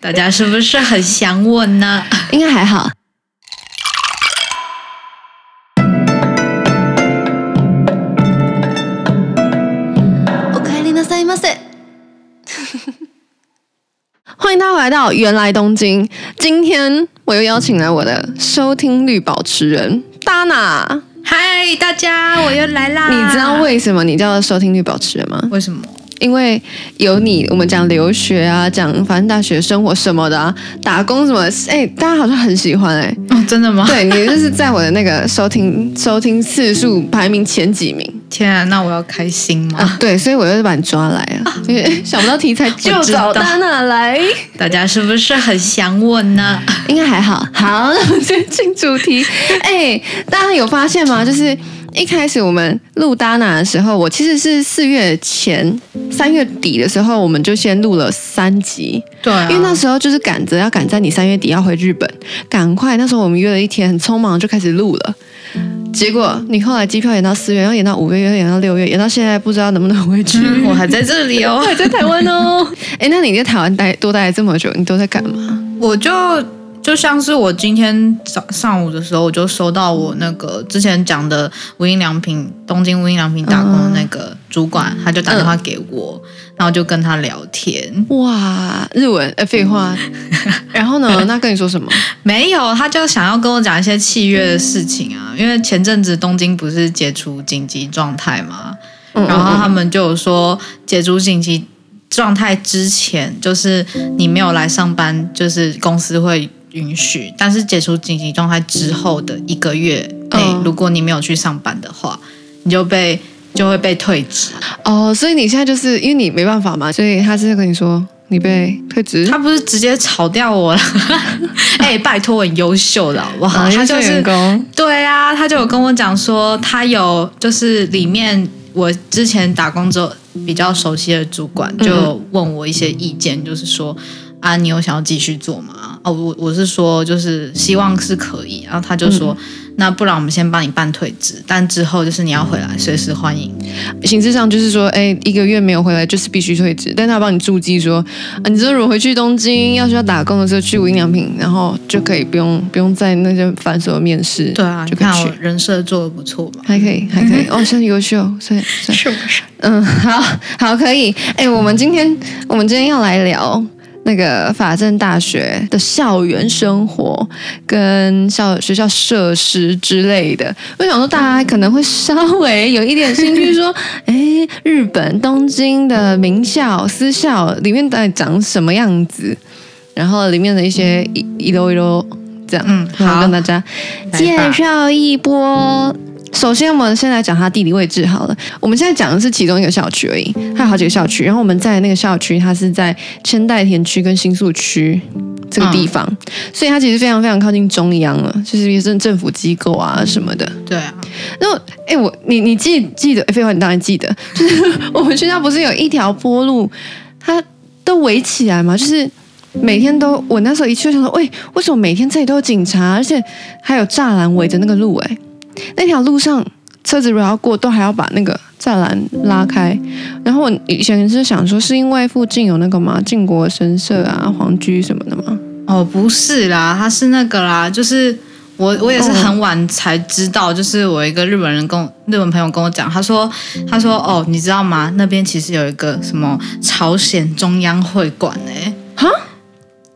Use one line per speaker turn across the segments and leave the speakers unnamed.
大家是不是很想我呢？
应该还好。おかえりなさいませ。欢迎大家来到原来东京。今天我又邀请了我的收听率保持人 Dana。
嗨，大家，我又来啦！
你知道为什么你叫收听率保持人吗？
为什么？
因为有你，我们讲留学啊，讲反正大学生活什么的啊，打工什么，哎、大家好像很喜欢 哎、
哦，真的吗？
对你就是在我的那个收听收听次数排名前几名
天啊，那我要开心吗？
啊，对，所以我就把你抓来啊，因为 想不到题材就
我知
找
道
丹娜来，
大家是不是很想我呢？
应该还好。好，那我们先进主 题。哎、大家有发现吗？就是一开始我们录丹娜的时候，我其实是四月前三月底的时候，我们就先录了三集。
对、啊，
因为那时候就是赶着要赶在你三月底要回日本，赶快。那时候我们约了一天，很匆忙就开始录了。结果你后来机票延到四月，然后延到五月，又延到六月，延到现在不知道能不能回去。
嗯我还在这里 哦，
在台湾哦。 哎，那你在台湾待多待了这么久，你都在干嘛？
我就就像是我今天早上午的时候，我就收到我那个之前讲的无印良品东京无印良品打工的那个主管，他就打电话给我，然后就跟他聊天。
哇，日文，呃，废话。
嗯
然后 呢？那跟你说什么？
没有，他就想要跟我讲一些契约的事情啊，因为前阵子东京不是解除紧急状态嘛，
嗯
然后他们就有说解除紧急状态之前，就是你没有来上班，就是公司会允许，但是解除紧急状态之后的一个月内，
嗯
如果你没有去上班的话，你就被就会被退职。啊
哦，所以你现在就是因为你没办法嘛，所以他是跟你说你被退职。
嗯他不是直接炒掉我了？ 哎、拜托，我很优秀的好不好？
啊
他
优秀
就是
员工
对啊，他就有跟我讲说，他有就是里面我之前打工之后比较熟悉的主管，
嗯
就有问我一些意见，就是说啊，你有想要继续做吗？哦，我我是说就是希望是可以，然后他就
嗯
说，那不然我们先帮你办退职，但之后就是你要回来，随时欢迎。
形式上就是说，哎，一个月没有回来就是必须退职，但他帮你注记说，啊，你这如果回去东京要需要打工的时候去无印良品，然后就可以不用不用在那些繁琐的面试，
对啊，
就
你
可以
看我
去，
人设做的不错吧？
还可以还可以，哦，算优秀，算算，
是不是？
嗯，好好可以，哎，我们今天我们今天要来聊。那个法政大学的校园生活跟校学校设施之类的，我想说大家可能会稍微有一点兴趣，说，哎，日本东京的名校、私校里面到底长什么样子？然后里面的一些一一楼一楼这样，
嗯
然后
好
跟大家
来吧
介绍一波。首先，我们先来讲它地理位置好了。我们现在讲的是其中一个校区而已，它有好几个校区。然后我们在那个校区，它是在千代田区跟新宿区这个地方，所以它其实非常非常靠近中央了，就是一些政府机构啊什么的。
对啊，
那我哎，我你你记记得？哎废话，你当然记得。就是 我们学校不是有一条坡路，它都围起来嘛，就是每天都。我那时候一去就想说，喂，为什么每天这里都有警察，而且还有栅栏围着那个路、哎，那条路上车子如果要过，都还要把那个栅栏拉开。然后我以前是想说，是因为附近有那个嘛靖国神社啊、皇居什么的嘛。
哦，不是啦，他是那个啦，就是我我也是很晚才知
哦
道，就是我一个日本人跟我日本朋友跟我讲，他说他说哦，你知道吗？那边其实有一个什么朝鲜中央会馆哎、欸，
哈，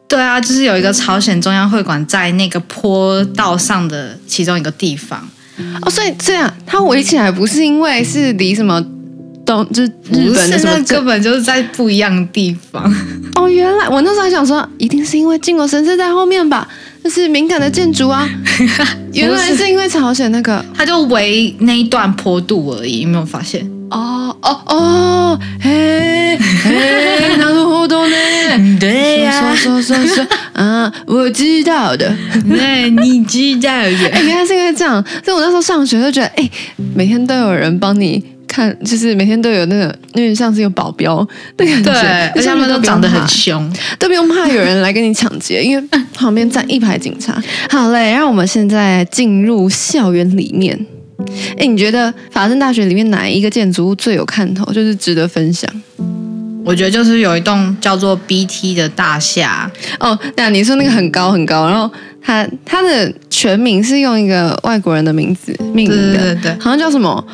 对啊，就是有一个朝鲜中央会馆在那个坡道上的其中一个地方，
哦，所以这样它围起来不是因为是离什么东，就是日
不
本
是
的什
那
么
根本就是在不一样的地方。
哦，原来我那时候还想说，一定是因为靖国神社在后面吧，就是敏感的建筑啊。原来是因为朝鲜那个，
他就围那一段坡度而已，有没有发现？
哦哦哦，嘿嘿，なるほどね。
对
说说说说，啊，我知道的。
对，你知道的
哎、。原来是因为这样，所以我那时候上学就觉得，哎、每天都有人帮你看，就是每天都有那个，有点像是有保镖的感觉，
对，而
而
且他们都长得很
像。
凶。
都不用怕有人来跟你抢劫，因为旁边站一排警察。好嘞，让我们现在进入校园里面。哎，你觉得法政大学里面哪一个建筑物最有看头，就是值得分享？
我觉得就是有一栋叫做 BT 的大厦，
哦，那你说那个很高很高，然后他他的全名是用一个外国人的名字命
对对
名的，
对对，
好像叫什么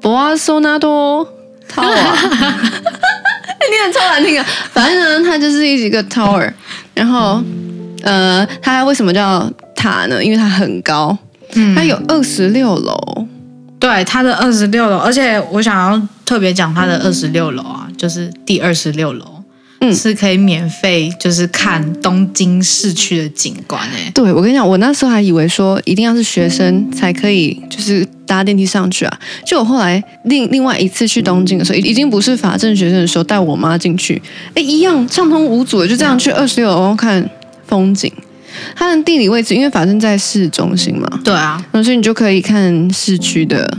博阿索纳多套啊， 你很超难听啊！反正呢，它就是一个 tower，然后呃，它为什么叫塔呢？因为它很高，
嗯，
它有二十六楼。
对它的二十六楼，而且我想要特别讲它的二十六楼啊，就是第二十六楼。
嗯
是可以免费，就是看东京市区的景观欸诶、
对我跟你讲，我那时候还以为说一定要是学生才可以，就是搭电梯上去啊。就我后来另另外一次去东京的时候，已已经不是法政学生的时候，带我妈进去，哎，一样畅通无阻的，
嗯
就这样去二十六楼看风景。它的地理位置，因为法政在市中心嘛，
对啊，
然后所以你就可以看市区的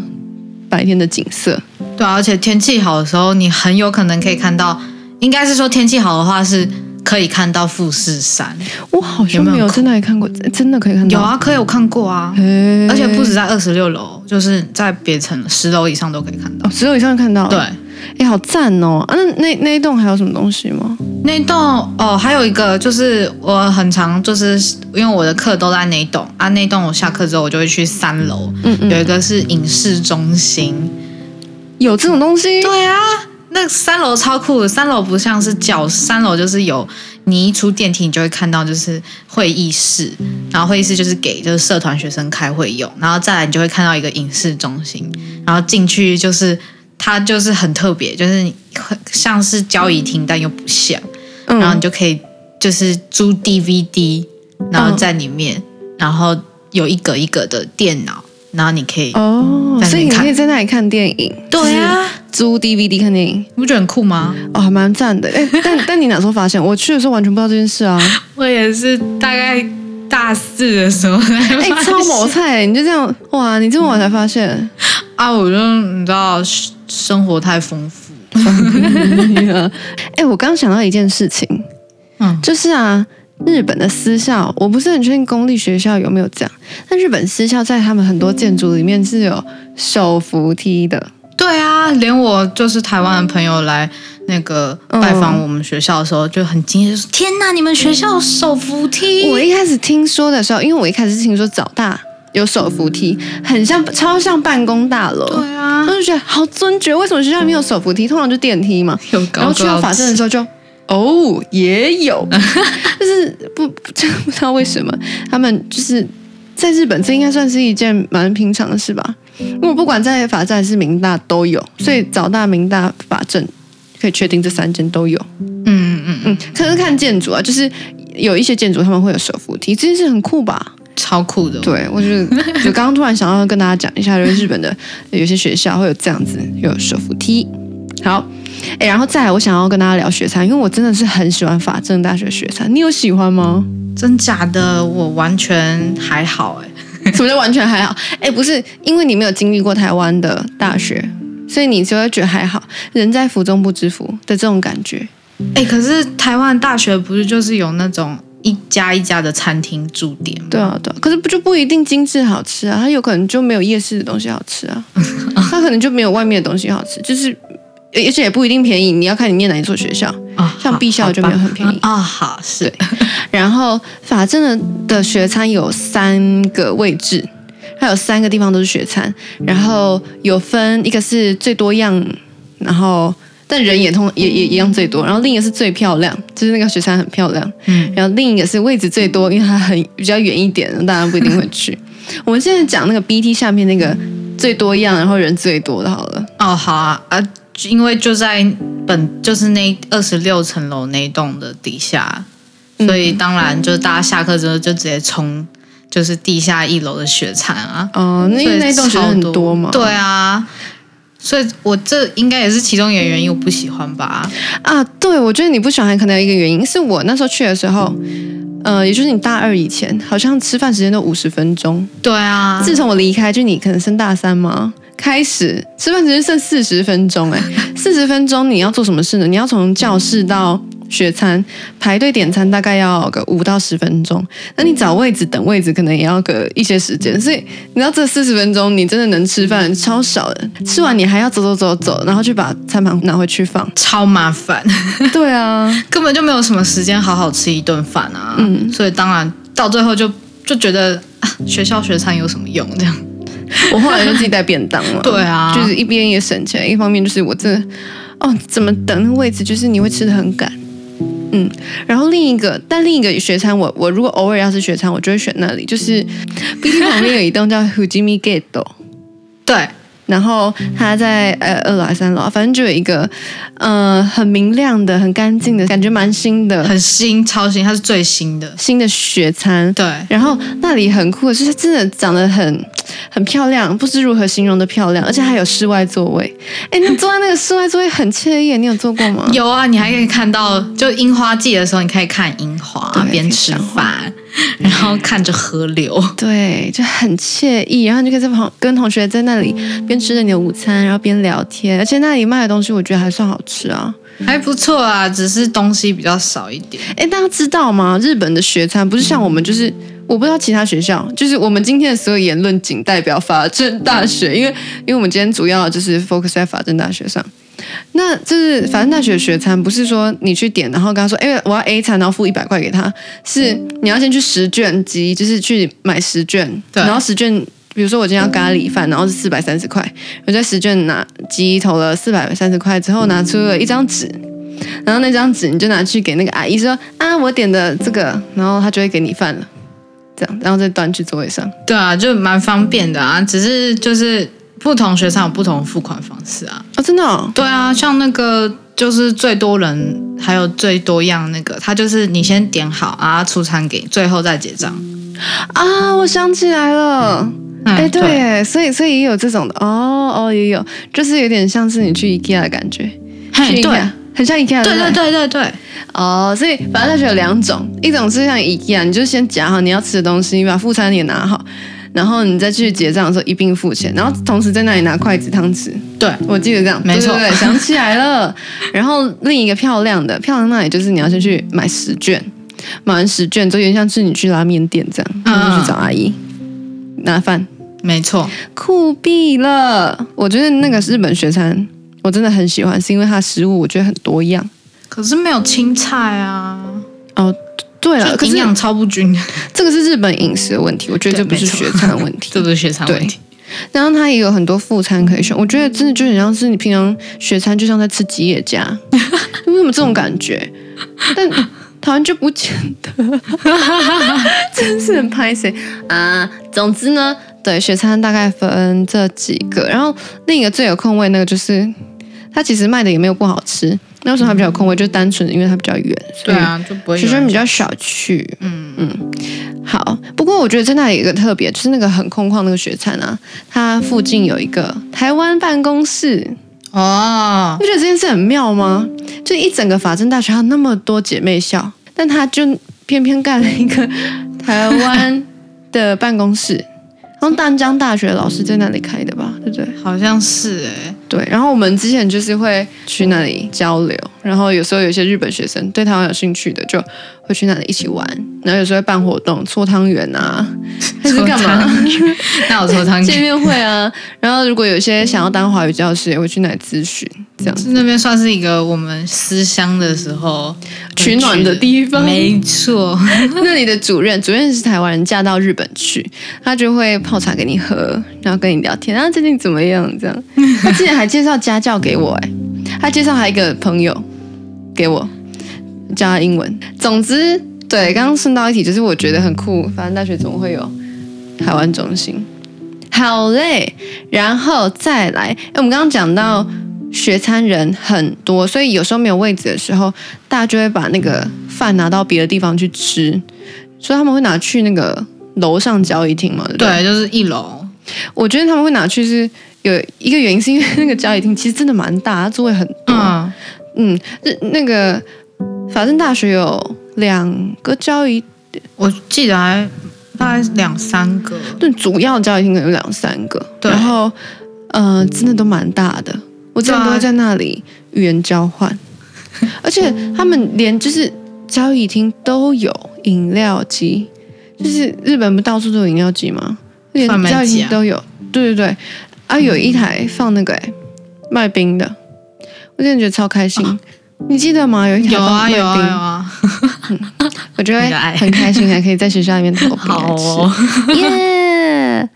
白天的景色。
对啊，而且天气好的时候，你很有可能可以看到，应该是说天气好的话是可以看到富士山。
我好像
有没有
没有
看
真的还看过，真的可以看到。
有，啊，可以有看过啊，
嘿
而且不止在二十六楼，就是在别层十楼以上都可以看到。
哦，只有以上看到。
对，，
哎，好赞哦！啊，那那那一栋还有什么东西吗？
那一栋哦，还有一个就是我很常就是因为我的课都在那一栋啊，那一栋我下课之后我就会去三楼，
嗯嗯
有一个是影视中心。
有这种东西？
对啊，那三楼超酷的，三楼不像是教室，三楼就是有你一出电梯你就会看到就是会议室，然后会议室就是给就是社团学生开会用，然后再来你就会看到一个影视中心，然后进去就是它就是很特别，就是你会像是交易厅但又不像。
嗯
然后你就可以就是租 DVD，然后在里面，然后有一格一格的电脑，然后你可以，
哦，
在那边啊
所以你
看
可以在那里看电影，就是，租 DVD 看电影，
你不觉得很酷吗？
哦，还蛮赞的。哎， 但但你哪时候发现？我去的时候完全不知道这件事啊！
我也是大概大四的时候才
哎，超毛菜，你就这样哇！你这么晚才 发现，
啊，我就你知道生活太丰富，
哎，我刚想到一件事情，
嗯，
就是啊，日本的私校，我不是很确定公立学校有没有这样，但日本私校在他们很多建筑里面是有手扶梯的。
对啊，连我就是台湾的朋友来。那个
嗯
拜访我们学校的时候就很惊讶，就说：“天哪，你们学校有手扶梯！”
我一开始听说的时候，因为我一开始是听说早大有手扶梯，很像超像办公大楼，
对啊
我，就觉得好尊爵，为什么学校里面有手扶梯？通常就电梯嘛。
有
然后去到法政的时候就。哦，也有，就是不不真的不知道为什么他们就是在日本，这应该算是一件蛮平常的事吧。因为我不管在法政还是明大都有，所以早大、明大、法政可以确定这三间都有。
嗯嗯嗯，
嗯，可是看建筑啊，就是有一些建筑他们会有手扶梯，这件事很酷吧？
超酷的。
对，我就是就刚刚突然想要跟大家讲一下，就是日本的有些学校会有这样子有手扶梯。好，哎，然后再来，我想要跟大家聊学餐，因为我真的是很喜欢法政大学学餐，你有喜欢吗？
真假的，我完全还好哎、
什么叫完全还好？哎，不是，因为你没有经历过台湾的大学，所以你就会觉得还好，人在福中不知福的这种感觉。
哎、可是台湾大学不是就是有那种一家一家的餐厅驻点吗？
对啊，对啊，可是不就不一定精致好吃啊，它有可能就没有夜市的东西好吃啊，它可能就没有外面的东西好吃，就是而且也不一定便宜，你要看你念哪一所学校。
啊
像必校就没有很便宜
啊。好是，
然后法政的的学餐有三个位置，它有三个地方都是学餐，然后有分一个是最多样，然后但人也通也也一样最多，然后另一个是最漂亮，就是那个学餐很漂亮，
嗯，
然后另一个是位置最多，因为它很比较远一点，大家不一定会去。我们现在讲那个 BT 下面那个最多样，然后人最多的好了。
哦好啊啊，因为就在本就是那二十六层楼那一栋的底下，
嗯
所以当然就是大家下课之后就直接冲就是地下一楼的雪餐啊，
哦、那因为那一栋学生很
所以超
多嘛。
对啊。所以，我这应该也是其中一个原因，我不喜欢吧？
啊，对，我觉得你不喜欢可能有一个原因是我那时候去的时候，呃，也就是你大二以前，好像吃饭时间都五十分钟。
对啊，。
自从我离开，就你可能升大三嘛，开始吃饭时间剩四十分钟、欸，哎，四十分钟你要做什么事呢？你要从教室到学餐排队点餐大概要个五到十分钟，那你找位置等位置可能也要个一些时间，所以你知道这四十分钟你真的能吃饭超少的，吃完你还要走走走走，然后去把餐盘拿回去放
超麻烦，
对啊，
根本就没有什么时间好好吃一顿饭啊。嗯，所以当然到最后就就觉得、啊、学校学餐有什么用这样？
我后来就自己带便当了。
对啊，
就是一边也省钱，一方面就是我真的哦，怎么等那个位置，就是你会吃的很赶。嗯，然后另一个，但另一个学餐我，我如果偶尔要是学餐，我就会选那里，就是 B T 旁边有一栋叫 Hujimi Gate，
对，
然后它在呃二楼还是三楼啊，反正就有一个呃很明亮的、很干净的感觉，蛮新的
很新，超新，它是最新的。
新的学餐，
对，
然后那里很酷的是，它真的长得很很漂亮，不知如何形容的漂亮，而且还有室外座位。哎，你坐在那个室外座位很惬意，你有坐过吗？
有啊，你还可以看到，就樱花季的时候，你可以看樱花
对，
边吃饭，然后看着河流。
对，就很惬意。然后你就可以在旁跟同学在那里边吃着你的午餐，然后边聊天，而且那里卖的东西我觉得还算好吃啊。
还不错啊，只是东西比较少一点。
哎，大家知道吗？日本的学餐不是像我们，就是我不知道其他学校，就是我们今天的所有言论仅代表法政大学，因为因为我们今天主要就是 focus 在法政大学上。那就是法政大学的学餐，不是说你去点，然后跟他说，哎、我要 A 餐，然后付一百块给他，是你要先去十卷机，就是去买十卷，
对
然后十卷。比如说我今天要咖喱饭，然后是四百三十块，我在十卷拿机投了四百三十块之后，拿出了一张纸，然后那张纸你就拿去给那个阿姨说啊，我点的这个，然后她就会给你饭了，这样，然后再端去座位上。
对啊，就蛮方便的啊，只是就是不同学生有不同付款方式啊。
哦，真的、哦，
对啊，像那个就是最多人，还有最多样那个，它就是你先点好啊，出餐给你，最后再结账。
啊，我想起来了，
嗯
哎、对耶，所以所以也有这种的，哦哦，也有，就是有点像是你去 IKEA 的感觉，去
嘿，哎对，
IKEA，很像 IKEA，
对
不
对对对对，
哦，所以反正大学有两种，一种是像 IKEA，你就先夹好你要吃的东西，你把副餐也拿好，然后你再去结账的时候一并付钱，然后同时在那里拿筷子、汤匙。
对
我记得这样，
没错
对对对想起来了。 然后另一个漂亮的，漂亮那里就是你要先去买十卷，买完十卷之后，有点像是你去拉面店这样，
嗯
然后就去找阿姨拿饭，
没错，
酷毙了！我觉得那个日本学餐我真的很喜欢，是因为它食物我觉得很多样。哦
可是没有青菜啊，
对了，
就
可是
呃营养超不 均，
这个是日本饮食的问题，我觉得
对
这不是
没错
学餐的问题
这。不是学餐问题。
然后它也有很多副餐可以
嗯
选，我觉得真的就很像是你平常学餐，就像在吃吉野 家，你为什么这种感觉？但台湾就不见得， 真是很拍谁啊！总之呢，对学餐大概分这几个，然后另一个最有空位那个就是它其实卖的也没有不好吃，那为什么它比较有空位？就单纯因为它比较远，
嗯
所
对
以
啊，就不会有
学生
人
比较少去。
嗯
嗯，好。不过我觉得在那里有一个特别，就是那个很空旷那个学餐啊，它附近有一个台湾办公室。
哦
你，不觉得这件事很妙吗？就一整个法政大学还有那么多姐妹校，但它就偏偏盖了一个台湾的办公室。好像淡江大学老师在那里开的吧，对不对？
好像是哎、
对，然后我们之前就是会去那里交流，然后有时候有一些日本学生对台湾有兴趣的，就会去那里一起玩，然后有时候会办活动，搓汤圆啊，还是干嘛？
那我说他
见面会啊，然后如果有些想要当华语教师，也会去那里咨询，这样
那边算是一个我们思乡的时候
取暖的地方。
没错，
那里的主任，主任是台湾人，嫁到日本去，他就会泡茶给你喝，然后跟你聊天，啊，最近怎么样？这样， 他之前还介绍家教给我、哎，他介绍还有一个朋友给我教他英文。总之，对，刚刚顺道一提，就是我觉得很酷，反正大学总会有台湾中心。好嘞，然后再来，哎，我们刚刚讲到学餐人很多，所以有时候没有位置的时候，大家就会把那个饭拿到别的地方去吃，所以他们会拿去那个楼上交易厅嘛，对不对？
对，就是一楼，
我觉得他们会拿去是有一个原因，是因为那个交易厅其实真的蛮大，它座位很多。
嗯，
嗯，那那个法政大学有两个交易，
我记得还大概两三个，
对，主要交易厅可能有两三个，
对
然后呃，真的都蛮大的。我之前
对啊
都会在那里语言交换，而且他们连就是交易厅都有饮料机，就是日本不到处都有饮料机吗？连
贩卖机啊
交易厅都有，对对对，啊，有一台放那个、欸、卖冰的，我真的觉得超开心。你记得吗？有一
哦
台
有
放
啊
卖冰，
有啊有啊，
我觉得
你的爱
很开心，还可以在学校里 面投冰来
好
吃。
哦，
耶！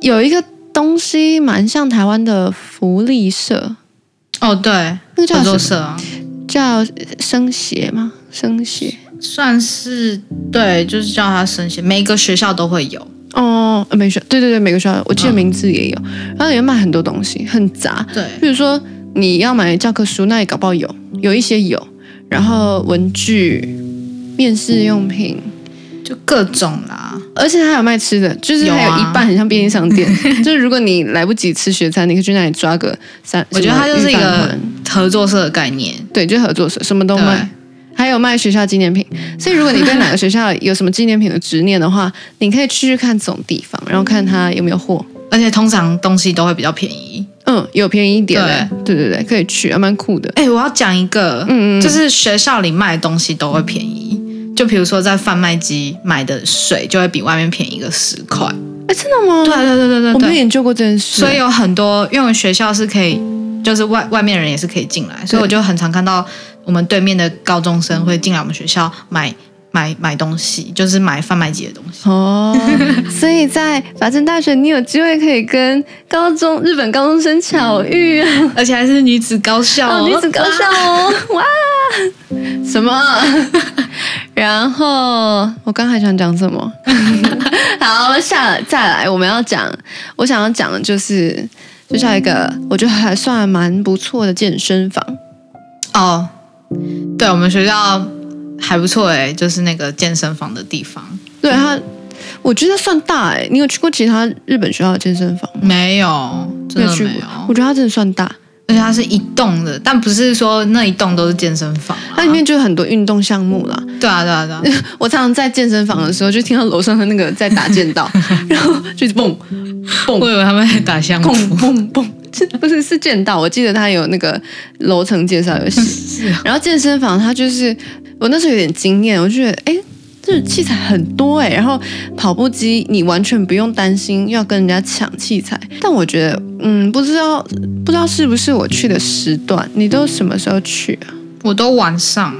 有一个东西蛮像台湾的福利社，
哦对，
那个叫
合
什
作
么？
社啊，
叫生协吗？生协
算是对，就是叫他升学，每一个学校都会有，
哦，呃美学对对对，每个学校我记得名字也有，然后也卖很多东西，很杂。
对，
比如说你要买教科书，那里搞不好有，有一些有，然后文具、面试用品，
就各种啦，
而且还有卖吃的，就是
有啊
还有一半很像便利商 店，就是如果你来不及吃学餐，你可以去那里抓个三。
我觉得
什么
它就是一个
鱼饭团
合作社的概念，
对，就合作社，什么都
对
卖，还有卖学校纪念品。所以如果你对哪个学校有什么纪念品的执念 的话，你可以去去看这种地方，然后看它有没有货。
而且通常东西都会比较便宜。
嗯，有便宜一点的，对对对，可以去，还蛮酷的。
哎、我要讲一个，
嗯嗯，
就是学校里卖的东西都会便宜。就比如说在贩卖机买的水就会比外面便宜个十块。
哎，真的吗？
对对对对
我
对
没有
对。
研究过这件事，
所以有很多，因为我们学校是可以，就是外外面人也是可以进来，所以我就很常看到我们对面的高中生会进来我们学校买买买东西，就是买贩卖机的东 西。
哦， 所以在法政大学，你有机会可以跟高中日本高中生巧遇啊，
而且还是女子高校、
哦，女子高校 哦，哇，什么 啊？然后我刚还想讲什么？ 好，下再来，我们要讲，我想要讲的就是，就像一个我觉得还算蛮不错的健身房，
哦，对，我们学校还不错哎，就是那个健身房的地方。
对它，我觉得算大哎、你有去过其他日本学校的健身房吗？
没有，真的
去
没
过
有。，啊
我觉得它真的算大，
而且它是一栋的，但不是说那一栋都是健身房、啊。
它里面就有很多运动项目啦。
对啊对啊对啊，
我常常在健身房的时候，就听到楼上的那个在打剑 道，然后就一直蹦蹦
我以为他们在打相扑。
砰砰砰，是不是是剑道？我记得他有那个楼层介绍游戏，
是 啊
然后健身房它就是我那时候有点惊艳，我就觉得哎。诶这器材很多哎、然后跑步机你完全不用担心要跟人家抢器材，但我觉得，嗯，不知道不知道是不是我去的时段，你都什么时候去啊？
我都晚上，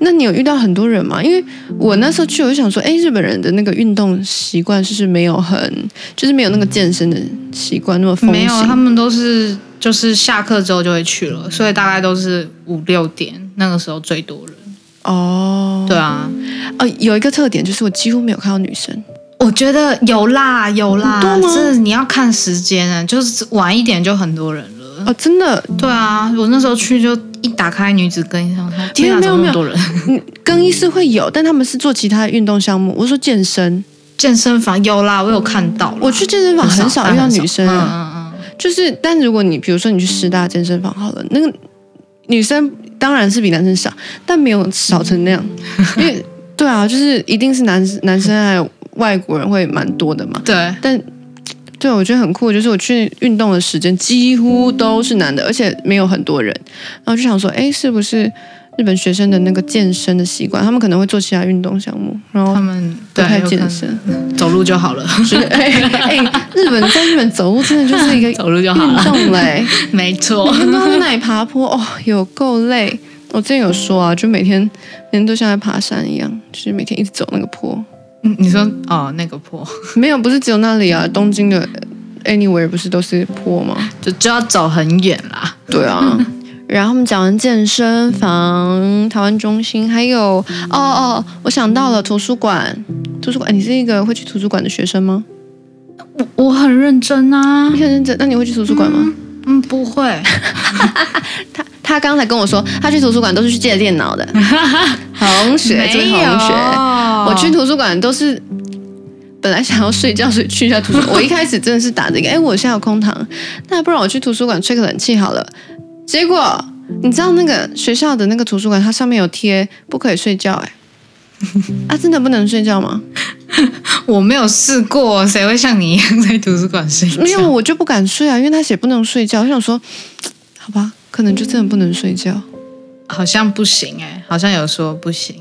那你有遇到很多人吗？因为我那时候去，我就想说，哎，日本人的那个运动习惯是不是没有很，就是没有那个健身的习惯那么风行？
没有，他们都是就是下课之后就会去了，所以大概都是五六点那个时候最多人。
哦，
对啊，
呃，有一个特点就是我几乎没有看到女生。
我觉得有啦有啦，
很多吗
是你要看时间啊，就是晚一点就很多人了。
哦，真的，
对啊，我那时候去就一打开女子更衣箱，说天啊，
没
怎
有
么那
没
么
有
多人？
嗯更衣室会有，但他们是做其他的运动项目。我说健身，
健身房有啦，我有看到啦。
我去健身房嗯很少遇到女生
嗯
啊，
嗯嗯，
就是，但如果你比如说你去师大健身房好了，那个女生当然是比男生少，但没有少成那样，因为对啊，就是一定是男男生还有外国人会蛮多的嘛。
对，
对，我觉得很酷，就是我去运动的时间几乎都是男的，而且没有很多人。然后就想说，哎，是不是日本学生的那个健身的习惯？他们可能会做其他运动项目，然后
他们
哦不
对
太
有
健
看
身。
走路就好了，
是哎哎，日本在日本 走路真的就是一个 运
走路就好了，
动嘞、
嗯没错
每。天都在那里爬坡，哦，有够累。我之前有说啊，就每天每天都像在爬山一样，就是每天一直走那个坡。
嗯你说哦，那个坡
没有，不是只有那里啊，东京的 anywhere 不是都是坡吗？
就就要走很远啦。
对啊。然后我们讲完健身房、台湾中心，还有哦哦，我想到了图书馆。图书馆，你是一个会去图书馆的学生吗？
我我很认真啊
你，很认真，那你会去图书馆吗？
嗯，不 会，
他他刚才跟我说，他去图书馆都是去借电脑的。同学，这位同学，我去
没有
图书馆都是本来想要睡觉，所以去一下图书馆。我一开始真的是打着一个，哎，我现在有空堂，那不然我去图书馆吹个冷气好了。结果你知道那个学校的那个图书馆，它上面有贴不可以睡觉、哎，啊，真的不能睡觉吗？
我没有试过，谁会像你一样在图书馆睡觉？
没有，我就不敢睡啊，因为他写不能睡觉，我想说，好吧，可能就真的不能睡觉。
好像不行哎、好像有说不行。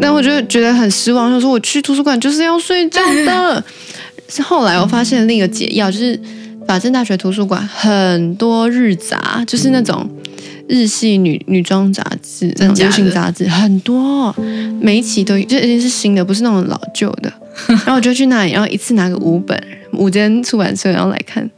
但我就
嗯
觉得很失望，想说我去图书馆就是要睡觉的。 是后来我发现另一个解药，就是法政大学图书馆很多日杂，就是那种日系女女装杂志、那
嗯真
种
假
流
的
行杂志，很多，每一期都有，就已经是新的，不是那种老旧 的。然后我就去那里，然后一次拿个五本，五间出版社，然后来看。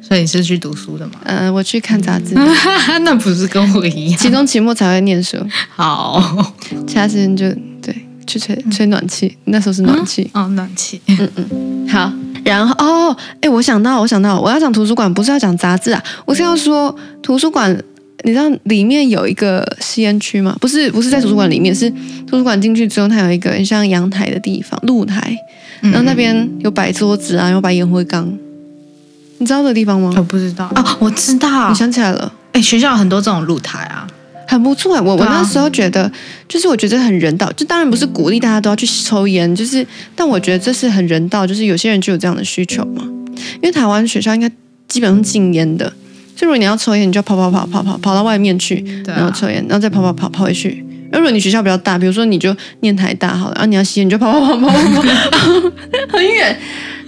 所以你是去读书的吗？
呃，我去看杂志，
嗯 那不是跟我一样
期中、期末才会念书，
好？
其他时间就对去吹吹暖气，那时候是暖气。
哦，暖气。
嗯好，然后哦，哎，我想到，我想到，我要讲图书馆，不是要讲杂志啊，我是要说图书馆，你知道里面有一个吸烟区吗？不是，不是在图书馆里面，是图书馆进去之后，它有一个很像阳台的地方，露台，然后那边有摆桌子啊，有摆烟灰缸，你知道这个地方吗？
我不知道哦，我知道
你。想起来了。
哎，学校有很多这种露台啊。
很不错、我我
对啊
那时候觉得，就是我觉得很人道，就当然不是鼓励大家都要去抽烟，就是，但我觉得这是很人道，就是有些人就有这样的需求嘛。因为台湾学校应该基本上禁烟的，所以如果你要抽烟，你就要跑跑跑跑跑跑到外面去，
对
然后
啊，
抽烟，然后再跑跑跑跑回去。那如果你学校比较大，比如说你就念台大好了，啊然后你要吸烟，你就跑跑跑跑跑跑，很远。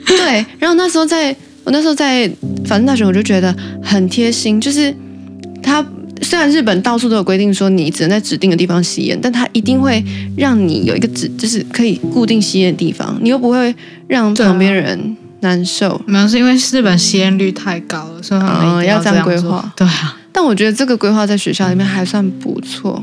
对，然后那时候在我那时候在反正大学，我就觉得很贴心，就是他虽然日本到处都有规定说你只能在指定的地方吸烟，但他一定会让你有一个指，就是可以固定吸烟的地方，你又不会让
对啊
旁边人难受。
没有，是因为日本吸烟率太高了，所以他们
哦
一定
要这
这
样
样
规
做
划
对啊，
但我觉得这个规划在学校里面还算不错。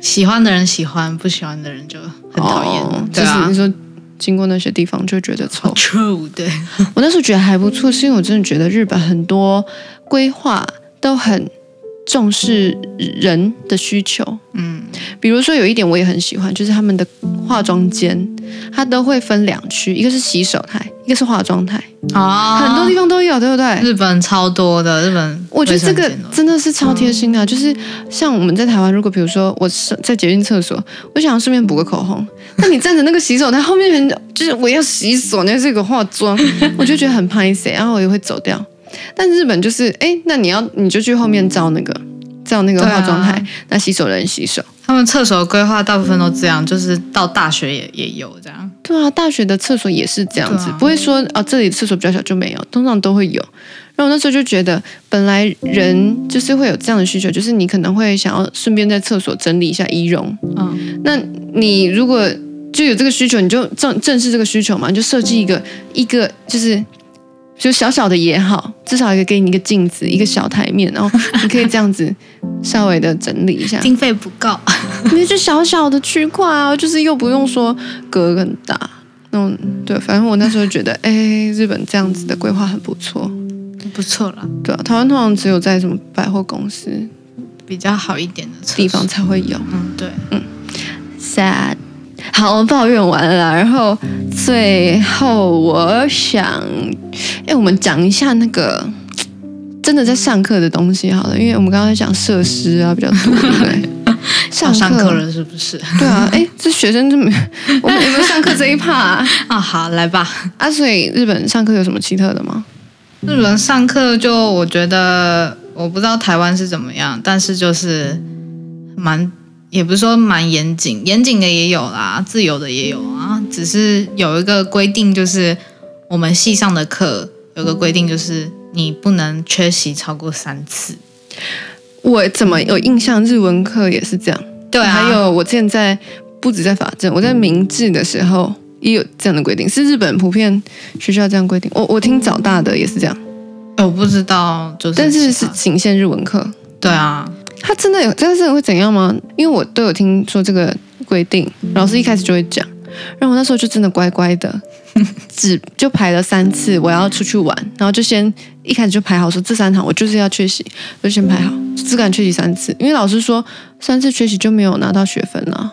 喜欢的人喜欢，不喜欢的人就很讨
哦
厌。
就
对
是
啊
你说经过那些地方就觉 得臭。
，true，对，
我那时候觉得还不错，是因为我真的觉得日本很多规划都很重视人的需求。
嗯，
比如说有一点我也很喜欢，就是他们的化妆间，它都会分两区，一个是洗手台，一个是化妆台，
啊，
哦很多地方都有，对不对？
日本超多的，日本
我觉得这个
卫生间都
真的是超贴心的啊、
嗯
就是像我们在台湾，如果比如说我是在捷运厕所，我想要顺便补个口 红，那你站着那个洗手台后面人就是我要洗手，那是一个化妆，我就觉得很拍谁，
嗯
然后我也会走掉。但日本就是，哎，那你要你就去后面照那个照那个
对啊
化妆台，那洗手的人洗手。
他们厕所规划大部分都这样，就是到大学也也有这样。
对啊，大学的厕所也是这样子，
对啊
不会说啊这里厕所比较小就没有，通常都会有。然后我那时候就觉得，本来人就是会有这样的需求，就是你可能会想要顺便在厕所整理一下仪容。
嗯，，
那你如果就有这个需求，你就正正视这个需求嘛，你就设计一个一个就是就小小的也好，至少一个给你一个镜子，一个小台面，然后你可以这样子稍微的整理一下
经费不够，
因为就小小的区块啊，就是又不用说隔很大。嗯，对，反正我那时候觉得，哎、日本这样子的规划很不错。
不错啦，
对啊，台湾通常只有在什么百货公司
比较好一点的厕所
地方。才会有。
嗯，对，
sad。好，我哎们抱怨完了啦，然后最后我想，哎，我们讲一下那个真的在上课的东西好了，因为我们刚刚在讲设施啊比较多，对不 对？
要
上
哦上
课
课了是不是？
对啊，哎，这学生怎么我们有没有上课这一趴啊？
啊，好，来吧。
啊，所以日本上课有什么奇特的吗？
日本上课就我觉得我不知道台湾是怎么样，但是就是蛮也不是说蛮严谨，严谨的也有啦，自由的也有啊，只是有一个规定，就是我们系上的课有个规定，就是你不能缺席超过三次。
我怎么有印象日文课也是这样？
嗯对啊，
还有我之前在不止在法政，我在明治的时候也有这样的规定，是日本普遍学校这样规定。我我听早大的也是这样，
哎我不知道，就是
但是
其
是
他
仅限日文课。
对啊，
他真的有，但是会怎样吗？因为我都有听说这个规定，老师一开始就会讲，然后我那时候就真的乖乖的，只就排了三次我要出去玩，然后就先一开始就排好说这三堂我就是要缺席，就先排好，只敢缺席三次，因为老师啊说三次缺席就没有拿到学分了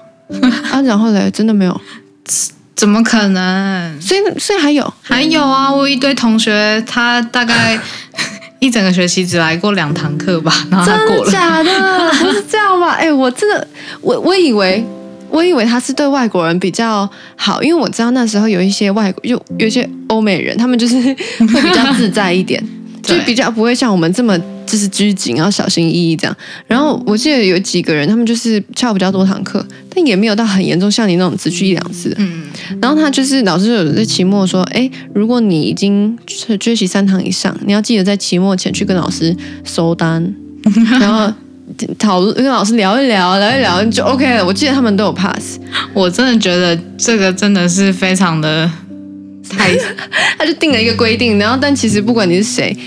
啊，然后嘞真的没有，
怎么可能？
所以所以还有
还有啊，我有一堆同学，他大 概一整个学期只来过两堂课吧，然后他
真
过
的
了。
假的？不是这样吧？哎、我真的，我我以为。我以为他是对外国人比较好，因为我知道那时候有一些外国，有有一些欧美人，他们就是 会比较自在一点，就
对
比较不会像我们这么就是拘谨，然后小心翼翼这样。然后我记得有几个人，他们就是翘比较多堂课，但也没有到很严重，像你那种只去一两次。
嗯，
然后他就是老师有在期末说，哎，如果你已经缺缺席三堂以上，你要记得在期末前去跟老师收单，然后讨论跟老师聊一聊，聊一聊就 OK 了。我记得他们都有 pass，
我真的觉得这个真的是非常的 太
他就定了一个规定，然后但其实不管你是谁，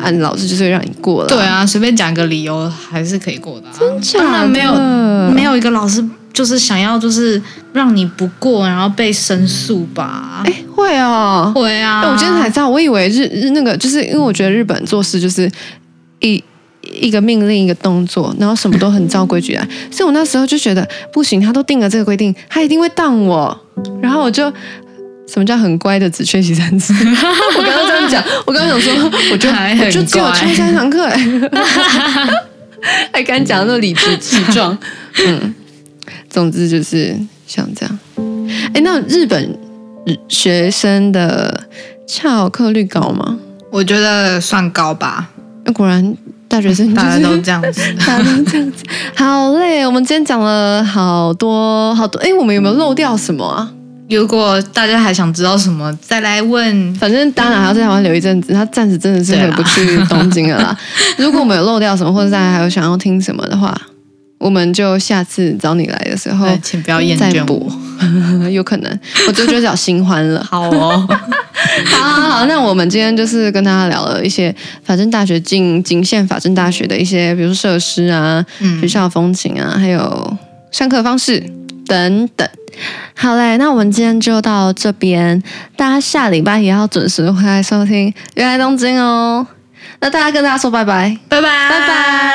啊，老师就是会让你过了。
对，啊，随便讲个理由还是可以过的、啊。
真
当
的
然没有没有一个老师就是想要就是让你不过，然后被申诉吧？
哎会哦。
会啊，
哎我今天才知道，我以为日日那个就是因为我觉得日本做事就是一。一个命令，一个动作，然后什么都很照规矩来，所以我那时候就觉得不行，他都定了这个规定，他一定会当我。然后我就什么叫很乖的只缺席三次？ 我刚刚这样讲，我刚刚想说，我就
还很
我就只有
乖
缺三堂课、 欸，还敢讲那么理直气 壮。嗯，总之就是像这样。哎，那日本学生的翘课率高吗？
我觉得算高吧，
那果然大学生就
大家
是
都这样子。
大家都这样子，好累。我们今天讲了好多好多，哎，我们有没有漏掉什么啊？
如果大家还想知道什么，再来问。
反正当然还要在台湾留一阵子，他暂时真的是回不去东京了 啦。如果我们有漏掉什么，或者大家还有想要听什么的话，我们就下次找你来的时候
对，请不要厌
再
倦
补
我。。
有可能，我就觉得找新欢了。
好 哦，
好好好，那我们今天就是跟大家聊了一些法政大学进仅限法政大学的一些，比如说设施啊、学
嗯，
校风情啊，还有上课方式等等。好嘞，那我们今天就到这边，大家下礼拜也要准时回来收听《原来东京》哦。那大家跟大家说拜拜，
拜拜，
拜拜。